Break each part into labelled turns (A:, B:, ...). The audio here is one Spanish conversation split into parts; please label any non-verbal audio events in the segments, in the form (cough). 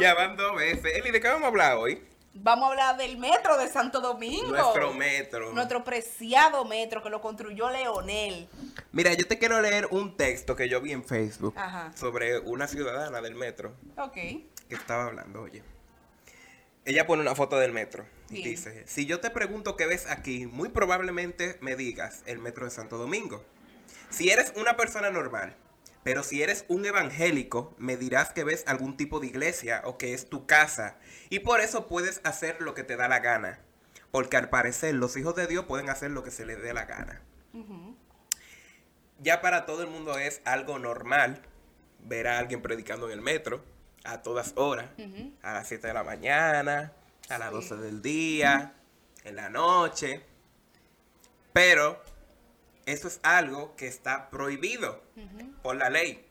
A: Ya van dos veces. Eli, ¿de qué vamos a hablar hoy?
B: Vamos a hablar del metro de Santo Domingo.
A: Nuestro metro.
B: Nuestro preciado metro que lo construyó Leonel.
A: Mira, yo te quiero leer un texto que yo vi en Facebook
B: Ajá.
A: sobre una ciudadana del metro
B: Ok.
A: que estaba hablando, oye. Ella pone una foto del metro y
B: Bien.
A: dice, si yo te pregunto qué ves aquí, muy probablemente me digas el metro de Santo Domingo. Si eres una persona normal, pero si eres un evangélico, me dirás que ves algún tipo de iglesia o que es tu casa y por eso puedes hacer lo que te da la gana. Porque al parecer los hijos de Dios pueden hacer lo que se les dé la gana. Ya para todo el mundo es algo normal ver a alguien predicando en el metro a todas horas, a las 7 de la mañana, a las
B: Sí.
A: 12 del día, en la noche. Pero eso es algo que está prohibido por la ley.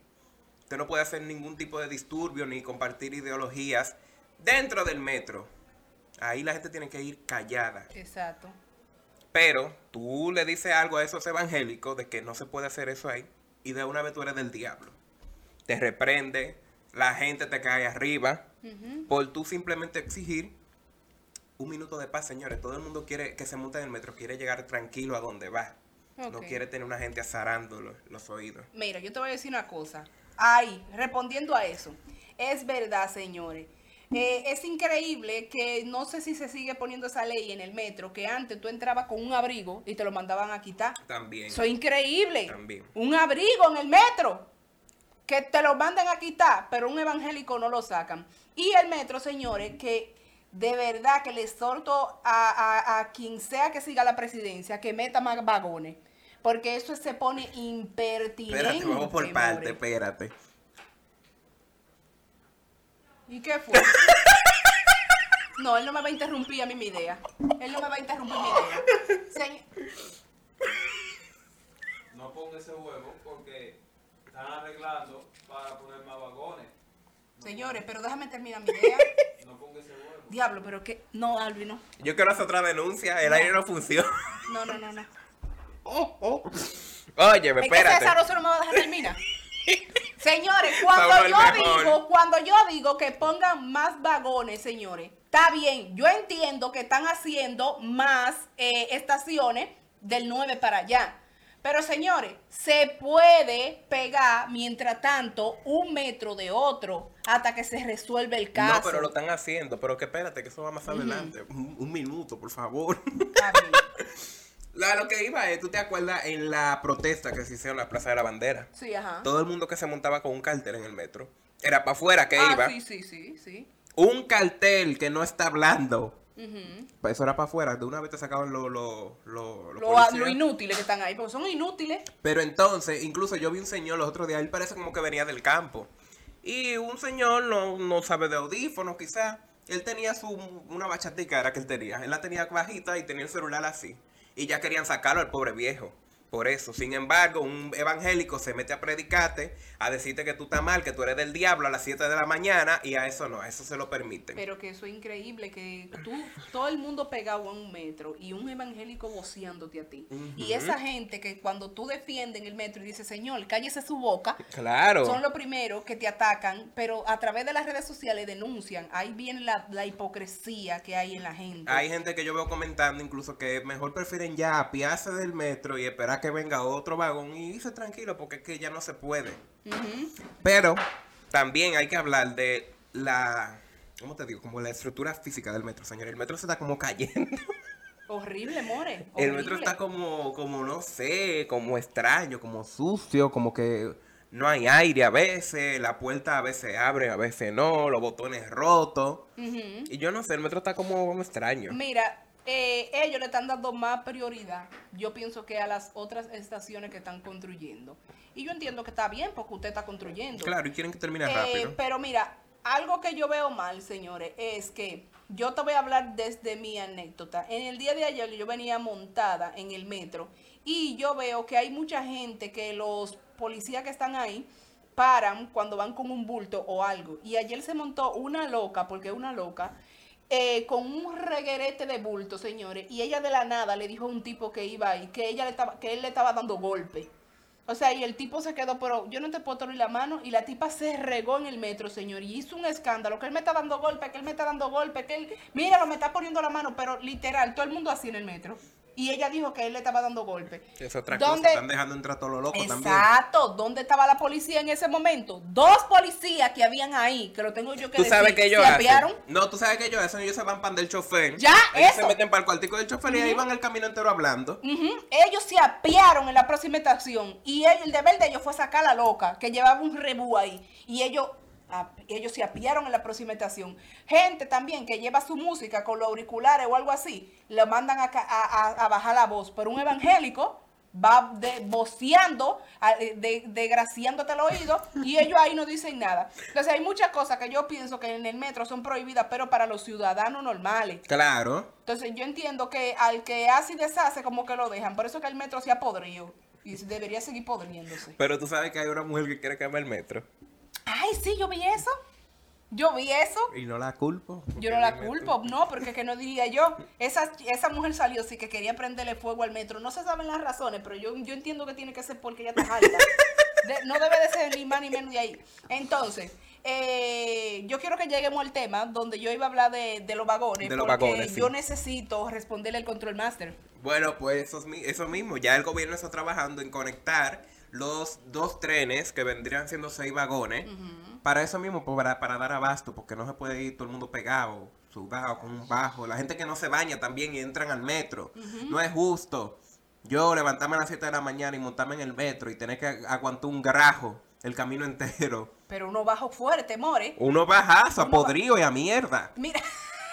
A: Usted no puede hacer ningún tipo de disturbio ni compartir ideologías dentro del metro. Ahí la gente tiene que ir callada.
B: Exacto.
A: Pero tú le dices algo a esos evangélicos de que no se puede hacer eso ahí y de una vez tú eres del diablo. Te reprende, la gente te cae arriba por tú simplemente exigir un minuto de paz, señores. Todo el mundo quiere que se monte en el metro, quiere llegar tranquilo a donde va. No
B: Ok.
A: quiere tener una gente azarando los, los oídos.
B: Mira, yo te voy a decir una cosa. Ay, respondiendo a eso. Es verdad, señores. Eh, es increíble que no sé si se sigue poniendo esa ley en el metro, que antes tú entrabas con un abrigo y te lo mandaban a quitar.
A: También.
B: Eso es increíble.
A: También.
B: Un abrigo en el metro. Que te lo mandan a quitar, pero un evangélico no lo sacan. Y el metro, señores, que de verdad que le exhorto a, a- a quien sea que siga la presidencia, que meta más vagones. Porque eso se pone impertinente.
A: espérate, vamos por pues.
B: more.
A: parte, espérate.
B: ¿Y
A: (laughs)
B: qué fue? No, él no me va a interrumpir a mí mi idea. Él no me va a interrumpir mi idea. Señor.
C: No ponga ese huevo porque están arreglando para poner más vagones.
B: Señores, pero déjame terminar mi idea.
C: No ponga ese huevo.
B: Diablo, pero que. No, Alvin, no.
A: Yo quiero hacer otra denuncia, el aire no funciona.
B: No, no, no, no.
A: Oye,
B: Es Oh, que ese
A: espérate.
B: azaroso no me va a
A: (laughs)
B: dejar terminar. señores, cuando
A: Pablo, el
B: yo
A: mejor.
B: digo, cuando yo digo que pongan más vagones, señores, está bien. Yo entiendo que están haciendo más eh, estaciones del 9 para allá. Pero señores, se puede pegar mientras tanto un metro de otro hasta que se resuelve el caso.
A: No, pero lo están haciendo. Pero que espérate, que eso va más adelante. un, un minuto, por favor. (laughs)
B: Está bien.
A: La- lo que iba es, ¿tú te acuerdas en la protesta que se hizo en la Plaza de la Bandera?
B: Sí, ajá.
A: Todo el mundo que se montaba con un cartel en el metro. Era para afuera que
B: ah,
A: iba.
B: sí, sí, sí, sí.
A: Un cartel que no está hablando.
B: Ujú.
A: Pues Eso era para afuera. De una vez te sacaban los... Lo, lo, lo
B: Lo,
A: policías.
B: lo inútiles que están ahí, porque son inútiles.
A: Pero entonces, incluso yo vi un señor los otros días, él parece como que venía del campo. Y un señor no, no sabe de audífonos, quizás. Él tenía su, una bachatica, era que él tenía. Él la tenía bajita y tenía el celular así. Y ya querían sacarlo al pobre viejo. Por eso, sin embargo, un evangélico se mete a predicarte, a decirte que tú estás mal, que tú eres del diablo a las 7 de la mañana, y a eso no, a eso se lo permiten.
B: Pero que eso es increíble, que tú, todo el mundo pegado a un metro y un evangélico voceándote a ti. Y esa gente que cuando tú defiendes en el metro y dices, Señor, cállese su boca,
A: claro.
B: son los primeros que te atacan, pero a través de las redes sociales denuncian. Ahí viene la, la hipocresía que hay en la gente.
A: Hay gente que yo veo comentando incluso que mejor prefieren ya apiarse del metro y esperar que venga otro vagón y irse tranquilo porque es que ya no se puede.
B: Ujú.
A: Pero también hay que hablar de la, ¿cómo te digo? Como la estructura física del metro, señor. El metro se está como cayendo. (laughs)
B: Horrible, more.
A: El
B: horrible.
A: metro está como, como no sé, como extraño, como sucio, como que no hay aire a veces, la puerta a veces abre, a veces no, los botones rotos.
B: Ujú.
A: Y yo no sé, el metro está como, como extraño.
B: Mira, eh, ellos le están dando más prioridad, yo pienso que a las otras estaciones que están construyendo. Y yo entiendo que está bien porque usted está construyendo.
A: Claro, y quieren que termine
B: Eh,
A: rápido.
B: pero mira, algo que yo veo mal, señores, es que yo te voy a hablar desde mi anécdota. En el día de ayer yo venía montada en el metro y yo veo que hay mucha gente que los policías que están ahí paran cuando van con un bulto o algo. Y ayer se montó una loca, porque es una loca, eh, con un reguerete de bulto, señores. Y ella de la nada le dijo a un tipo que iba ahí, que, ella le estaba, que él le estaba dando golpe. O sea, y el tipo se quedó, pero yo no te puedo tocar la mano. Y la tipa se regó en el metro, señor, y hizo un escándalo. Que él me está dando golpe, que él me está dando golpe, que él, míralo, me está poniendo la mano. Pero literal, todo el mundo así en el metro. Y ella dijo que él le estaba dando golpe.
A: Es otra
B: ¿Dónde-
A: cosa, están dejando entrar todos los locos también.
B: Exacto. ¿Dónde estaba la policía en ese momento? Dos policías que habían ahí, que lo tengo yo que
A: Tú
B: decir.
A: sabes que ellos
B: se
A: hacen.
B: apearon.
A: No, tú sabes que ellos hacen, ellos se van pan del chofer.
B: Ya,
A: ellos
B: eso.
A: se meten para el cuartico del chofer y ahí van el camino entero hablando.
B: Ujú, Ellos se apiaron en la próxima estación y el, el deber de ellos fue sacar a la loca que llevaba un rebú ahí. Y ellos, a- ellos se apiaron en la próxima estación. Gente también que lleva su música con los auriculares o algo así, lo mandan a, ca- a- a- a bajar la voz. Pero un evangélico va de, voceando, a- eh, de- desgraciándote el oído y ellos ahí no dicen nada. Entonces hay muchas cosas que yo pienso que en el metro son prohibidas, pero para los ciudadanos normales.
A: Claro.
B: Entonces yo entiendo que al que hace y deshace como que lo dejan. Por eso que el metro se ha podrido. Y se- debería seguir podriéndose.
A: Pero tú sabes que hay una mujer que quiere cambiar el metro.
B: Ay, sí, yo vi eso. Yo vi eso.
A: Y no la culpo.
B: Yo no la culpo, no, porque que no diría yo. Esa, esa mujer salió así que quería prenderle fuego al metro. No se saben las razones, pero yo, yo entiendo que tiene que ser porque ella está alta. no debe de ser ni más ni menos de ahí. Entonces, eh, yo quiero que lleguemos al tema donde yo iba a hablar de, de los vagones.
A: De los
B: porque
A: vagones, sí.
B: yo necesito responderle al control master.
A: Bueno, pues eso, es mi- eso mismo. Ya el gobierno está trabajando en conectar los dos trenes que vendrían siendo seis vagones. Para eso mismo, po- para, para dar abasto, porque no se puede ir todo el mundo pegado, sudado, con un bajo. La gente que no se baña también y entran al metro. No es justo. Yo levantarme a las 7 de la mañana y montarme en el metro y tener que ag- aguantar un grajo el camino entero.
B: Pero uno bajo fuerte, more.
A: Uno bajazo, a
B: Uno ba-
A: podrido y a mierda.
B: Mira,
A: (laughs)
B: (laughs)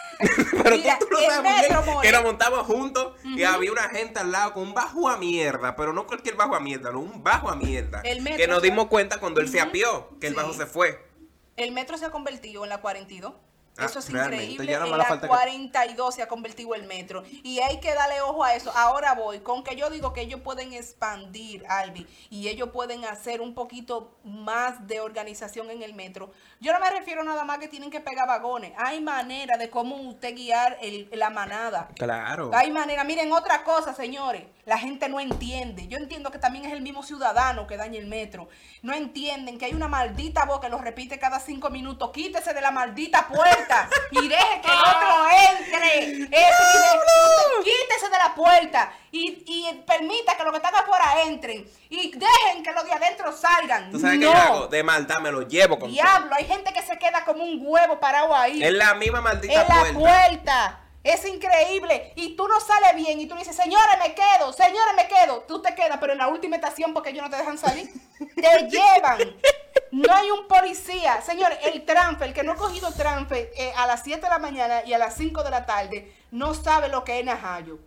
A: Pero
B: Mira,
A: tú, tú lo
B: el
A: sabes muy
B: metro,
A: bien
B: more.
A: que nos montamos juntos y había una gente al lado con un bajo a mierda, pero no cualquier bajo a mierda, no, un bajo a mierda.
B: El metro
A: que nos
B: fue-
A: dimos cuenta cuando él se apió, que el
B: Sí.
A: bajo se fue.
B: el metro se ha convertido en la 42.
A: Ah,
B: Eso es
A: realmente,
B: increíble.
A: ya nada más
B: en
A: le
B: la
A: falta que-
B: 42 se ha convertido el metro. Y hay que darle ojo a eso. Ahora voy con que yo digo que ellos pueden expandir, Albi, y ellos pueden hacer un poquito más de organización en el metro. Yo no me refiero nada más que tienen que pegar vagones. Hay manera de cómo usted guiar el- la manada.
A: Claro.
B: Hay manera, miren, otra cosa, señores, la gente no entiende. Yo entiendo que también es el mismo ciudadano que daña el metro. No entienden que hay una maldita voz que lo repite cada cinco minutos. Quítese de la maldita puerta y deje
A: (laughs)
B: que el otro entre. Ese que le- quítese de la puerta y, y permita que los que están afuera entren. Y dejen que los de adentro salgan.
A: ¿Tú sabes
B: no.
A: qué yo hago? De maldad me lo llevo con
B: Diablo, hay gente que se queda como un huevo parado ahí
A: Es la misma maldita
B: en la
A: puerta.
B: puerta. Es increíble. Y tú no sales bien y tú dices, señores, me quedo, señores, me quedo. Tú te quedas, pero en la última estación porque ellos no te dejan salir. te llevan. No hay un policía. Señor, el transfer, el que no ha cogido transfer eh, a las 7 de la mañana y a las 5 de la tarde, no sabe lo que es Najayo.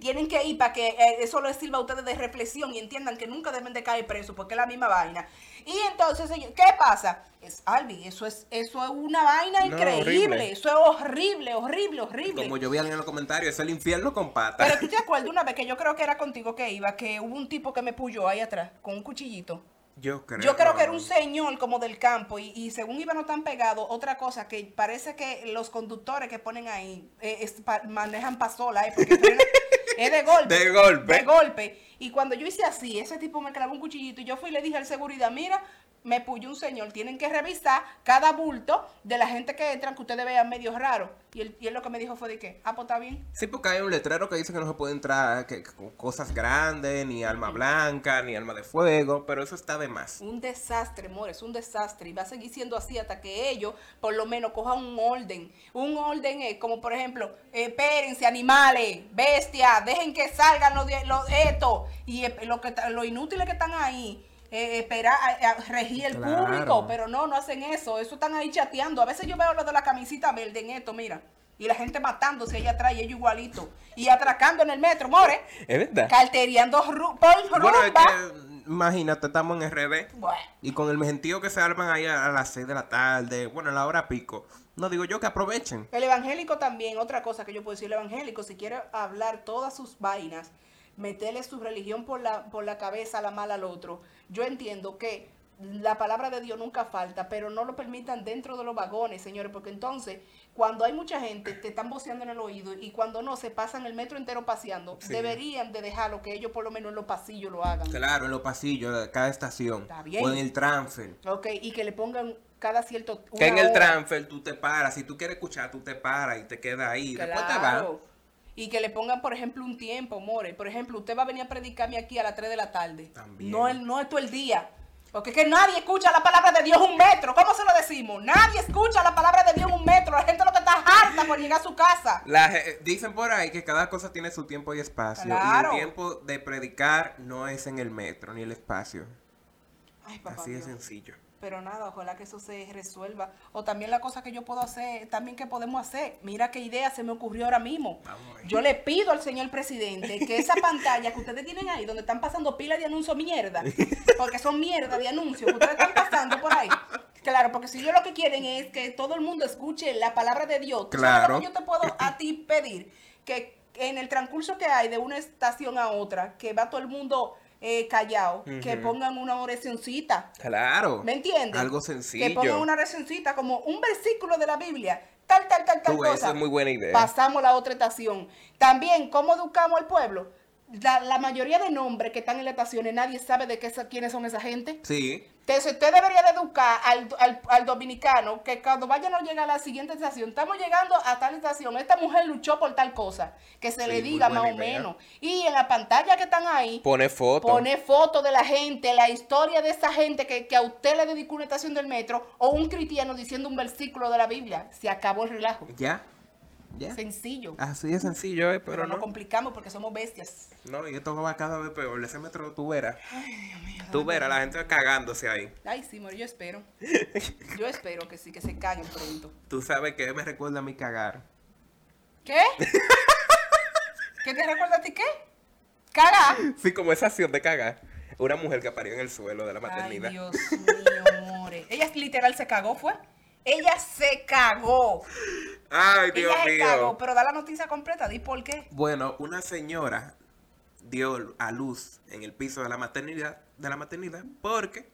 B: Tienen que ir para que eh, eso les sirva a ustedes de reflexión y entiendan que nunca deben de caer presos porque es la misma vaina. Y entonces, señor, ¿qué pasa? Es Albi, eso es, eso es una vaina
A: No,
B: increíble.
A: horrible.
B: Eso es horrible, horrible, horrible.
A: Como yo vi alguien en los comentarios, es el infierno con patas.
B: Pero tú te acuerdas una vez que yo creo que era contigo que iba, que hubo un tipo que me puyó ahí atrás con un cuchillito.
A: Yo creo.
B: Yo creo que era un señor como del campo y, y según iban tan pegado, otra cosa que parece que los conductores que ponen ahí eh, es pa- manejan pasola, eh, porque
A: (laughs)
B: frena- es de golpe.
A: De golpe.
B: De golpe. Y cuando yo hice así, ese tipo me clavó un cuchillito y yo fui y le dije al seguridad, mira, me puyó un señor, tienen que revisar cada bulto de la gente que entran que ustedes vean medio raro. Y él, y él lo que me dijo fue de que, ah, pues está bien.
A: Sí, porque hay un letrero que dice que no se puede entrar que, con cosas grandes, ni alma blanca, ni alma de fuego, pero eso está de más.
B: Un desastre, More, es un desastre. Y va a seguir siendo así hasta que ellos, por lo menos, cojan un orden. Un orden es como, por ejemplo, eh, espérense, animales, bestias, dejen que salgan los, de- los esto. Y eh, lo, que, ta- lo inútiles que están ahí, eh, esperar, a, a regir el
A: Claro.
B: público. Pero no, no hacen eso. Eso están ahí chateando. A veces yo veo lo de la camisita verde en esto, mira. Y la gente matándose allá atrás y ellos igualito. Y atracando en el
A: (laughs)
B: metro, More.
A: Es verdad.
B: Carteriando ru- por rumba.
A: Bueno, es que, imagínate, estamos en RD.
B: Bueno.
A: Y con el gentío que se arman ahí a las 6 de la tarde, bueno, a la hora pico. No digo yo que aprovechen.
B: El evangélico también, otra cosa que yo puedo decir, el evangélico, si quiere hablar todas sus vainas, meterle su religión por la, por la cabeza, la mala al otro, yo entiendo que la palabra de Dios nunca falta, pero no lo permitan dentro de los vagones, señores, porque entonces cuando hay mucha gente te están voceando en el oído y cuando no se pasan el metro entero paseando,
A: Sí.
B: deberían de dejarlo que ellos por lo menos en los pasillos lo hagan.
A: Claro, en los pasillos de cada estación.
B: Está bien.
A: O en el transfer.
B: Ok, y que le pongan cada cierto
A: Que en
B: una
A: el
B: hora.
A: transfer tú te paras. Si tú quieres escuchar, tú te paras y te quedas ahí. Después te vas.
B: Claro. Y que le pongan, por ejemplo, un tiempo, more. Por ejemplo, usted va a venir a predicarme aquí a las 3 de la tarde.
A: También.
B: No, el- no es todo el día. Porque es que nadie escucha la palabra de Dios un metro. ¿Cómo se lo decimos? Nadie escucha la palabra de Dios un metro. La gente lo que está harta por llegar a su casa.
A: La ge- dicen por ahí que cada cosa tiene su tiempo y espacio. Y
B: Claro.
A: el tiempo de predicar no es en el metro ni el espacio.
B: Ay, papá.
A: Así de
B: Dios.
A: sencillo.
B: Pero nada, ojalá que eso se resuelva. O también la cosa que yo puedo hacer, también que podemos hacer. Mira qué idea se me ocurrió ahora mismo.
A: Vamos ahí.
B: Yo le pido al señor presidente que esa pantalla que ustedes tienen ahí, donde están pasando pilas de
A: (laughs)
B: anuncios mierda, porque son mierda de anuncios que ustedes están pasando por ahí. Claro, porque si ellos lo que quieren es que todo el mundo escuche la palabra de Dios. ¿Tú sabes
A: Claro.
B: lo que Yo te puedo a ti pedir que en el transcurso que hay de una estación a otra, que va todo el mundo eh, callado, que
A: Ujú.
B: pongan una oracioncita.
A: Claro.
B: ¿Me entiendes?
A: Algo sencillo.
B: Que pongan una resencita como un versículo de la Biblia, tal, tal, tal, tal
A: Tú,
B: cosa.
A: esa es muy buena idea.
B: Pasamos a la otra estación. También, ¿cómo educamos al pueblo? La, la mayoría de nombres que están en las estaciones, nadie sabe de qué, esa- quiénes son esa gente.
A: Sí.
B: Entonces, usted debería de educar al, al- al dominicano que cuando vayan a llegar a la siguiente estación, estamos llegando a tal estación, esta mujer luchó por tal cosa, que se
A: Sí,
B: le
A: muy
B: diga
A: buena
B: más o
A: idea.
B: menos. Y en la pantalla que están ahí,
A: Pone foto.
B: Poner fotos de la gente, la historia de esa gente que, que a usted le dedicó una estación del metro o un cristiano diciendo un versículo de la Biblia. Se acabó el relajo.
A: Ya. Ya.
B: Sencillo.
A: Así de sencillo, eh,
B: pero
A: pero
B: no
A: no.
B: complicamos porque somos bestias.
A: No, y esto va cada vez peor. Ese metro tú verás. Tú verás, la gente cagándose ahí.
B: Ay, sí, amor,
A: (laughs)
B: yo espero. Yo espero que sí, que se caguen pronto.
A: Tú sabes que me recuerda a mí cagar. (laughs)
B: ¿Qué? ¿Qué te recuerda a ti qué? Cara.
A: Sí, como esa acción de cagar. Una mujer que parió en el suelo de la
B: Ay,
A: maternidad.
B: Dios mío, amores. Ella literal se cagó, ¿fue? Ella se cagó.
A: Ay, Dios
B: Ella se
A: mío.
B: cagó, pero da la noticia completa, di por qué.
A: Bueno, una señora dio a luz en el piso de la maternidad, de la maternidad, porque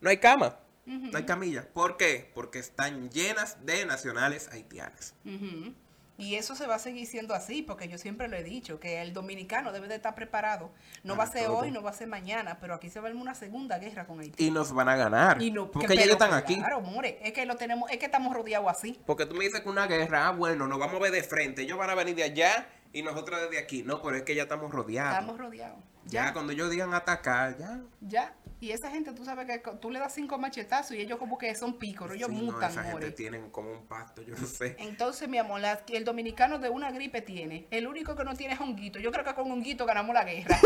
A: no hay cama, no hay camilla. ¿Por qué? Porque están llenas de nacionales haitianos.
B: Ujú. Y eso se va a seguir siendo así, porque yo siempre lo he dicho, que el dominicano debe de estar preparado. No va a
A: Para
B: ser
A: Ah, todo.
B: hoy, no va a ser mañana, pero aquí se va a ver una segunda guerra con Haití.
A: Y nos van a ganar.
B: Y no,
A: porque
B: que-
A: ya ellos
B: pero
A: están aquí.
B: Claro, more, es que lo tenemos, es que estamos rodeados así.
A: Porque tú me dices que una guerra, ah, bueno, nos vamos a ver de frente. Ellos van a venir de allá y nosotros desde aquí. No, pero es que ya estamos rodeados.
B: Estamos rodeados.
A: Ah, ya, cuando ellos digan atacar, ya.
B: Ya. Y esa gente, tú sabes que co- tú le das cinco machetazos y ellos como que son pícoros, ellos
A: Sí, no,
B: mutan,
A: esa gente
B: more.
A: tienen como un pacto, yo no sé. (laughs)
B: Entonces, mi amor, la- el dominicano de una gripe tiene. El único que no tiene es honguito. Yo creo que con honguito ganamos la guerra.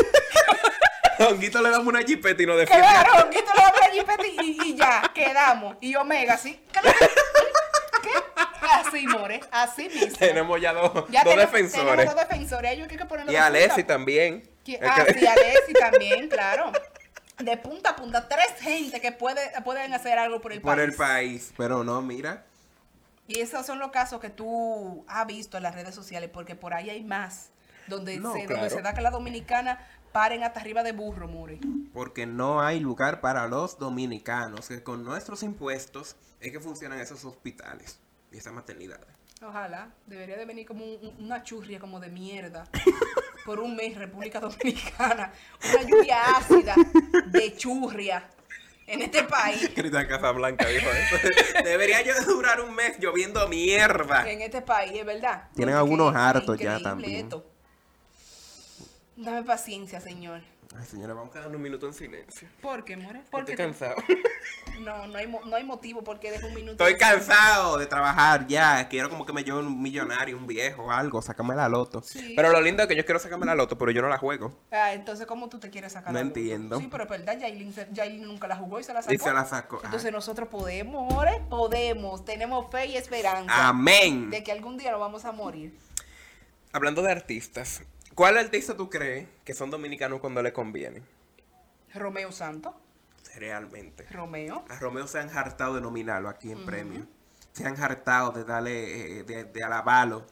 A: A Honguito le damos una chipeta y nos defiende.
B: Claro, honguito le damos la jipeta y, y ya, quedamos. Y Omega, sí. Claro. ¿Qué? Así, more, así mismo.
A: Tenemos ya dos,
B: Ya
A: dos
B: tenemos-
A: defensores.
B: tenemos dos defensores. Ellos hay que ponerlo
A: Y
B: de
A: a
B: punta.
A: Alessi también.
B: Que-
A: El
B: Ah,
A: que- (laughs)
B: sí, Alessi también, claro. De punta a punta, tres gente que puede, pueden hacer algo por el
A: por
B: país.
A: el país. Pero no, mira.
B: Y esos son los casos que tú has visto en las redes sociales, porque por ahí hay más. Donde,
A: No,
B: se, donde
A: claro.
B: se da que la dominicana paren hasta arriba de burro, more.
A: Porque no hay lugar para los dominicanos. Que con nuestros impuestos es que funcionan esos hospitales y esas (laughs) maternidades.
B: Ojalá, debería de venir como un- un- una churria como de
A: (laughs)
B: mierda por un mes República Dominicana, una lluvia ácida de churria en este país,
A: Cristian Casablanca dijo eso. (laughs) Debería yo durar un mes lloviendo mierda.
B: en este país, es verdad.
A: Tienen
B: Porque
A: algunos
B: es
A: hartos ya
B: increíble
A: también.
B: esto. Dame paciencia, señor.
A: Ay, señora, vamos quedando un minuto en silencio.
B: ¿Por qué, more?
A: Estoy
B: Porque
A: cansado. (laughs)
B: no, no hay, mo- no hay motivo porque deje un minuto.
A: Estoy cansado de trabajar ya. Quiero como que me lleve un millonario, un viejo o algo. Sácame la loto.
B: Sí.
A: Pero lo lindo es que yo quiero sacarme la loto, pero yo no la juego.
B: Ah, entonces, ¿cómo tú te quieres sacar?
A: No
B: la luz?
A: entiendo.
B: Sí, pero es verdad, Yailin, se- Yailin nunca la jugó y se la sacó.
A: Y se la sacó.
B: Entonces nosotros podemos, more, podemos, tenemos fe y esperanza
A: Amén.
B: de que algún día nos vamos a morir.
A: Hablando de artistas, ¿cuál artista tú crees que son dominicanos cuando le conviene?
B: Romeo Santo,
A: Realmente.
B: Romeo.
A: A Romeo se han hartado de nominarlo aquí en premio. Se han hartado de darle, eh, de, de alabarlo.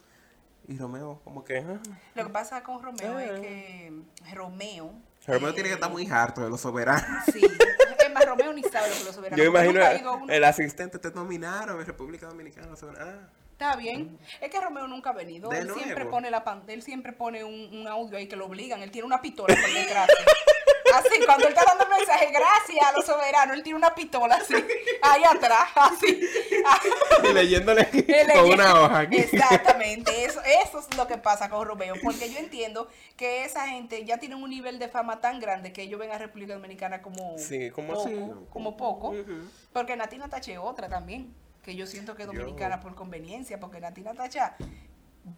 A: Y Romeo, como que. ah.
B: Lo que pasa con Romeo es
A: Ah.
B: que Romeo.
A: Romeo
B: eh,
A: tiene que estar muy harto de los soberanos.
B: Sí, es más, Romeo ni sabe lo que los soberanos.
A: Yo
B: porque
A: imagino
B: nunca ha ido a uno.
A: el asistente te nominaron en República Dominicana. los soberanos. Ah,
B: Está bien. Es que Romeo nunca ha venido.
A: De
B: Él siempre
A: nuevo.
B: pone la pan- él siempre pone un, un audio ahí que lo obligan. Él tiene una pistola por detrás. (laughs) Así, cuando él está dando el mensaje, gracias a los soberanos, él tiene una pistola así, ahí atrás, así.
A: Ah. (laughs) y leyéndole aquí con
B: Él leyendo-
A: una hoja aquí.
B: Exactamente, eso, eso es lo que pasa con Romeo, porque yo entiendo que esa gente ya tiene un nivel de fama tan grande que ellos ven a República Dominicana como,
A: Sí, como
B: poco,
A: así, ¿no?
B: como poco,
A: Ujú.
B: porque Natina Tacha es otra también, que yo siento que es
A: Yo-
B: dominicana por conveniencia, porque Natina Tacha,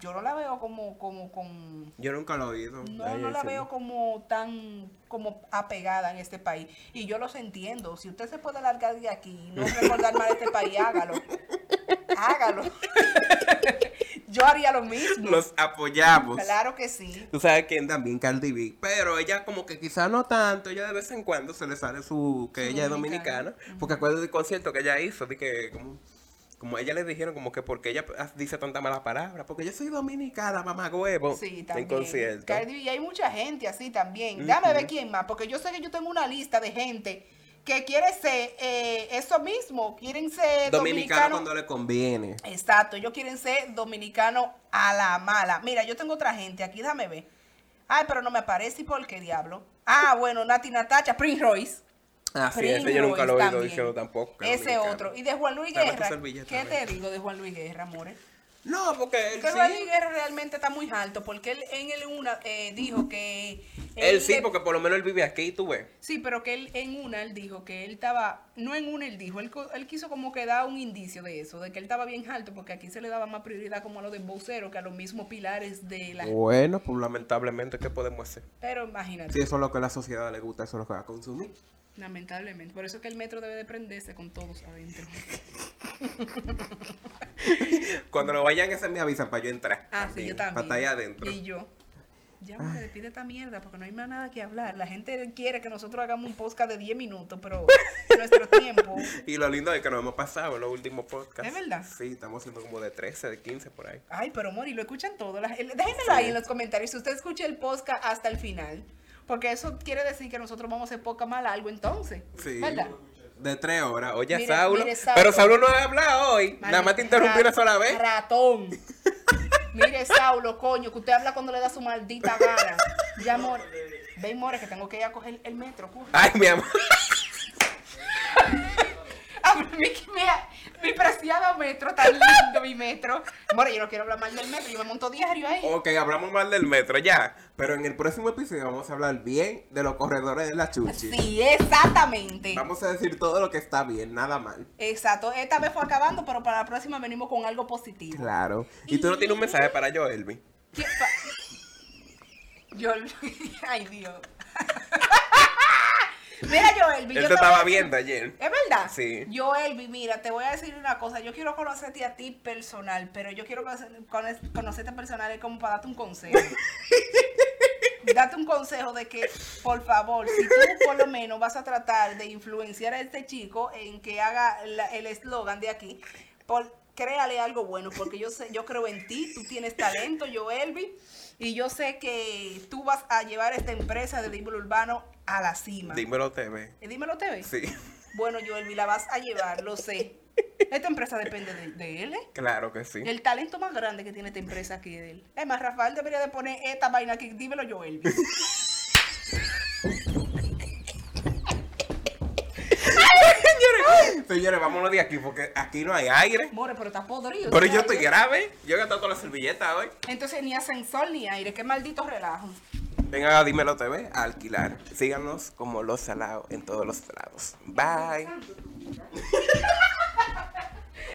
B: yo no la veo como, como, con...
A: Yo nunca lo he oído.
B: No,
A: Ay,
B: no la
A: ese-
B: veo como tan como apegada en este país. Y yo los entiendo. Si usted se puede largar de aquí y no recordar más de este país, hágalo. Hágalo. (laughs) yo haría lo mismo.
A: Los apoyamos.
B: Claro que sí.
A: Tú sabes quién también Cardi B. Pero ella como que quizás no tanto, ella de vez en cuando se le sale su que
B: Su
A: ella es
B: dominicana.
A: dominicana. Porque acuérdate del concierto que ella hizo, de que como, como a ella le dijeron como que porque ella ah, dice tanta mala palabra, porque yo soy dominicana, mamá huevo.
B: Sí,
A: En
B: también.
A: concierto.
B: Cardi B, y hay mucha gente así también. Dame ver quién más, porque yo sé que yo tengo una lista de gente que quiere ser eh, eso mismo. Quieren
A: Dominicana
B: ser dominicanos.
A: cuando le conviene.
B: Exacto, ellos quieren ser dominicanos a la mala. Mira, yo tengo otra gente aquí, dame ver. Ay, pero no me aparece, ¿y por qué diablo? Ah, bueno, Nati Natacha, Prince Royce.
A: Así
B: Prince
A: es, Ah, yo nunca lo he
B: Royce
A: oído
B: también.
A: diciendo tampoco. que
B: Ese
A: dominicana.
B: otro. Y de Juan Luis
A: Dame tu
B: Guerra.
A: servilleta,
B: ¿Qué
A: ven.
B: te digo de Juan Luis Guerra, amores?
A: No, porque él
B: Que Juan Luis
A: sí.
B: Guerra realmente está muy alto, porque él en el una eh, dijo que...
A: Él sí,
B: le-
A: porque por lo menos él vive aquí, tú ves.
B: Sí, pero que él en una, él dijo que él estaba, no en una, él dijo, él, co- él quiso como que dar un indicio de eso, de que él estaba bien alto, porque aquí se le daba más prioridad como a los desboceros que a los mismos pilares de la...
A: Bueno, pues lamentablemente, ¿qué podemos hacer?
B: Pero imagínate,
A: Si eso es lo que a la sociedad le gusta, eso es lo que va a consumir.
B: lamentablemente, por eso es que el metro debe de prenderse con todos adentro.
A: Cuando lo vayan, ese me avisan para yo entrar.
B: Ah, sí, yo también.
A: Para estar ahí adentro.
B: Y yo. Ya me despide esta mierda porque no hay más nada que hablar. La gente quiere que nosotros hagamos un podcast de 10 minutos, pero nuestro tiempo.
A: Y lo lindo es que nos hemos pasado en los últimos podcasts.
B: ¿Es verdad?
A: Sí, estamos haciendo como de 13, de 15 por ahí.
B: Ay, pero Mori, lo escuchan todos. La- el- Déjenmelo ahí en los comentarios si usted escucha el podcast hasta el final. Porque eso quiere decir que nosotros vamos a hacer podcast más largo entonces.
A: Sí.
B: ¿Verdad?
A: De 3 horas. Oye,
B: Mire,
A: Saulo.
B: mire, Saulo.
A: Pero Saulo no ha hablado hoy. Nada más te interrumpí
B: Maldito
A: una sola vez. (laughs)
B: Ratón. Mire, Saulo, coño, que usted habla cuando le da su maldita gana. Ya, More. Ven, More, que tengo que ir a coger el metro. curra.
A: Ay, mi amor. (laughs)
B: A mí que me- Ah, mi preciado metro, tan lindo mi metro. More, yo no quiero hablar mal del metro, yo me monto diario ahí.
A: Ok, hablamos mal del metro ya. Pero en el próximo episodio vamos a hablar bien de los corredores de la chuchi.
B: Sí, exactamente.
A: Vamos a decir todo lo que está bien, nada mal.
B: Exacto, esta vez fue acabando, pero para la próxima venimos con algo positivo.
A: Claro. Y tú no tienes un mensaje para yo, Elvi.
B: ¿Qué pa- Yo, (laughs) ay Dios. (laughs) Mira, Joelvi,
A: Él
B: yo
A: te
B: voy a
A: estaba
B: decir-
A: viendo ayer.
B: ¿Es verdad?
A: Sí.
B: Joelvi, mira, te voy a decir una cosa. Yo quiero conocerte a ti personal, pero yo quiero conocer- cono- conocerte personal es como para darte
A: (laughs)
B: un consejo. Date un consejo de que, por favor, si tú por lo menos vas a tratar de influenciar a este chico en que haga la- el eslogan de aquí, por, créale algo bueno, porque yo sé, yo creo en ti, tú tienes talento, yo Elvi, y yo sé que tú vas a llevar esta empresa de libro urbano a la cima.
A: Dímelo TV.
B: Eh, Dímelo, TV.
A: Sí,
B: Bueno, Joelvi, la vas a llevar, lo sé. Esta empresa depende de, de él. ¿eh?
A: claro que sí.
B: El talento más grande que tiene esta empresa aquí es él. Es más, Rafael debería de poner esta vaina aquí. Dímelo, Joelvi.
A: (laughs) Señores, vámonos de aquí porque aquí no hay aire.
B: More, pero está podrido.
A: Pero
B: este
A: yo estoy
B: aire.
A: grave. Yo he gastado toda la servilleta hoy.
B: Entonces ni ascensor ni aire. Qué maldito relajo.
A: Vengan a Dímelo TV a alquilar. Síganos como los salados en todos los lados. Bye.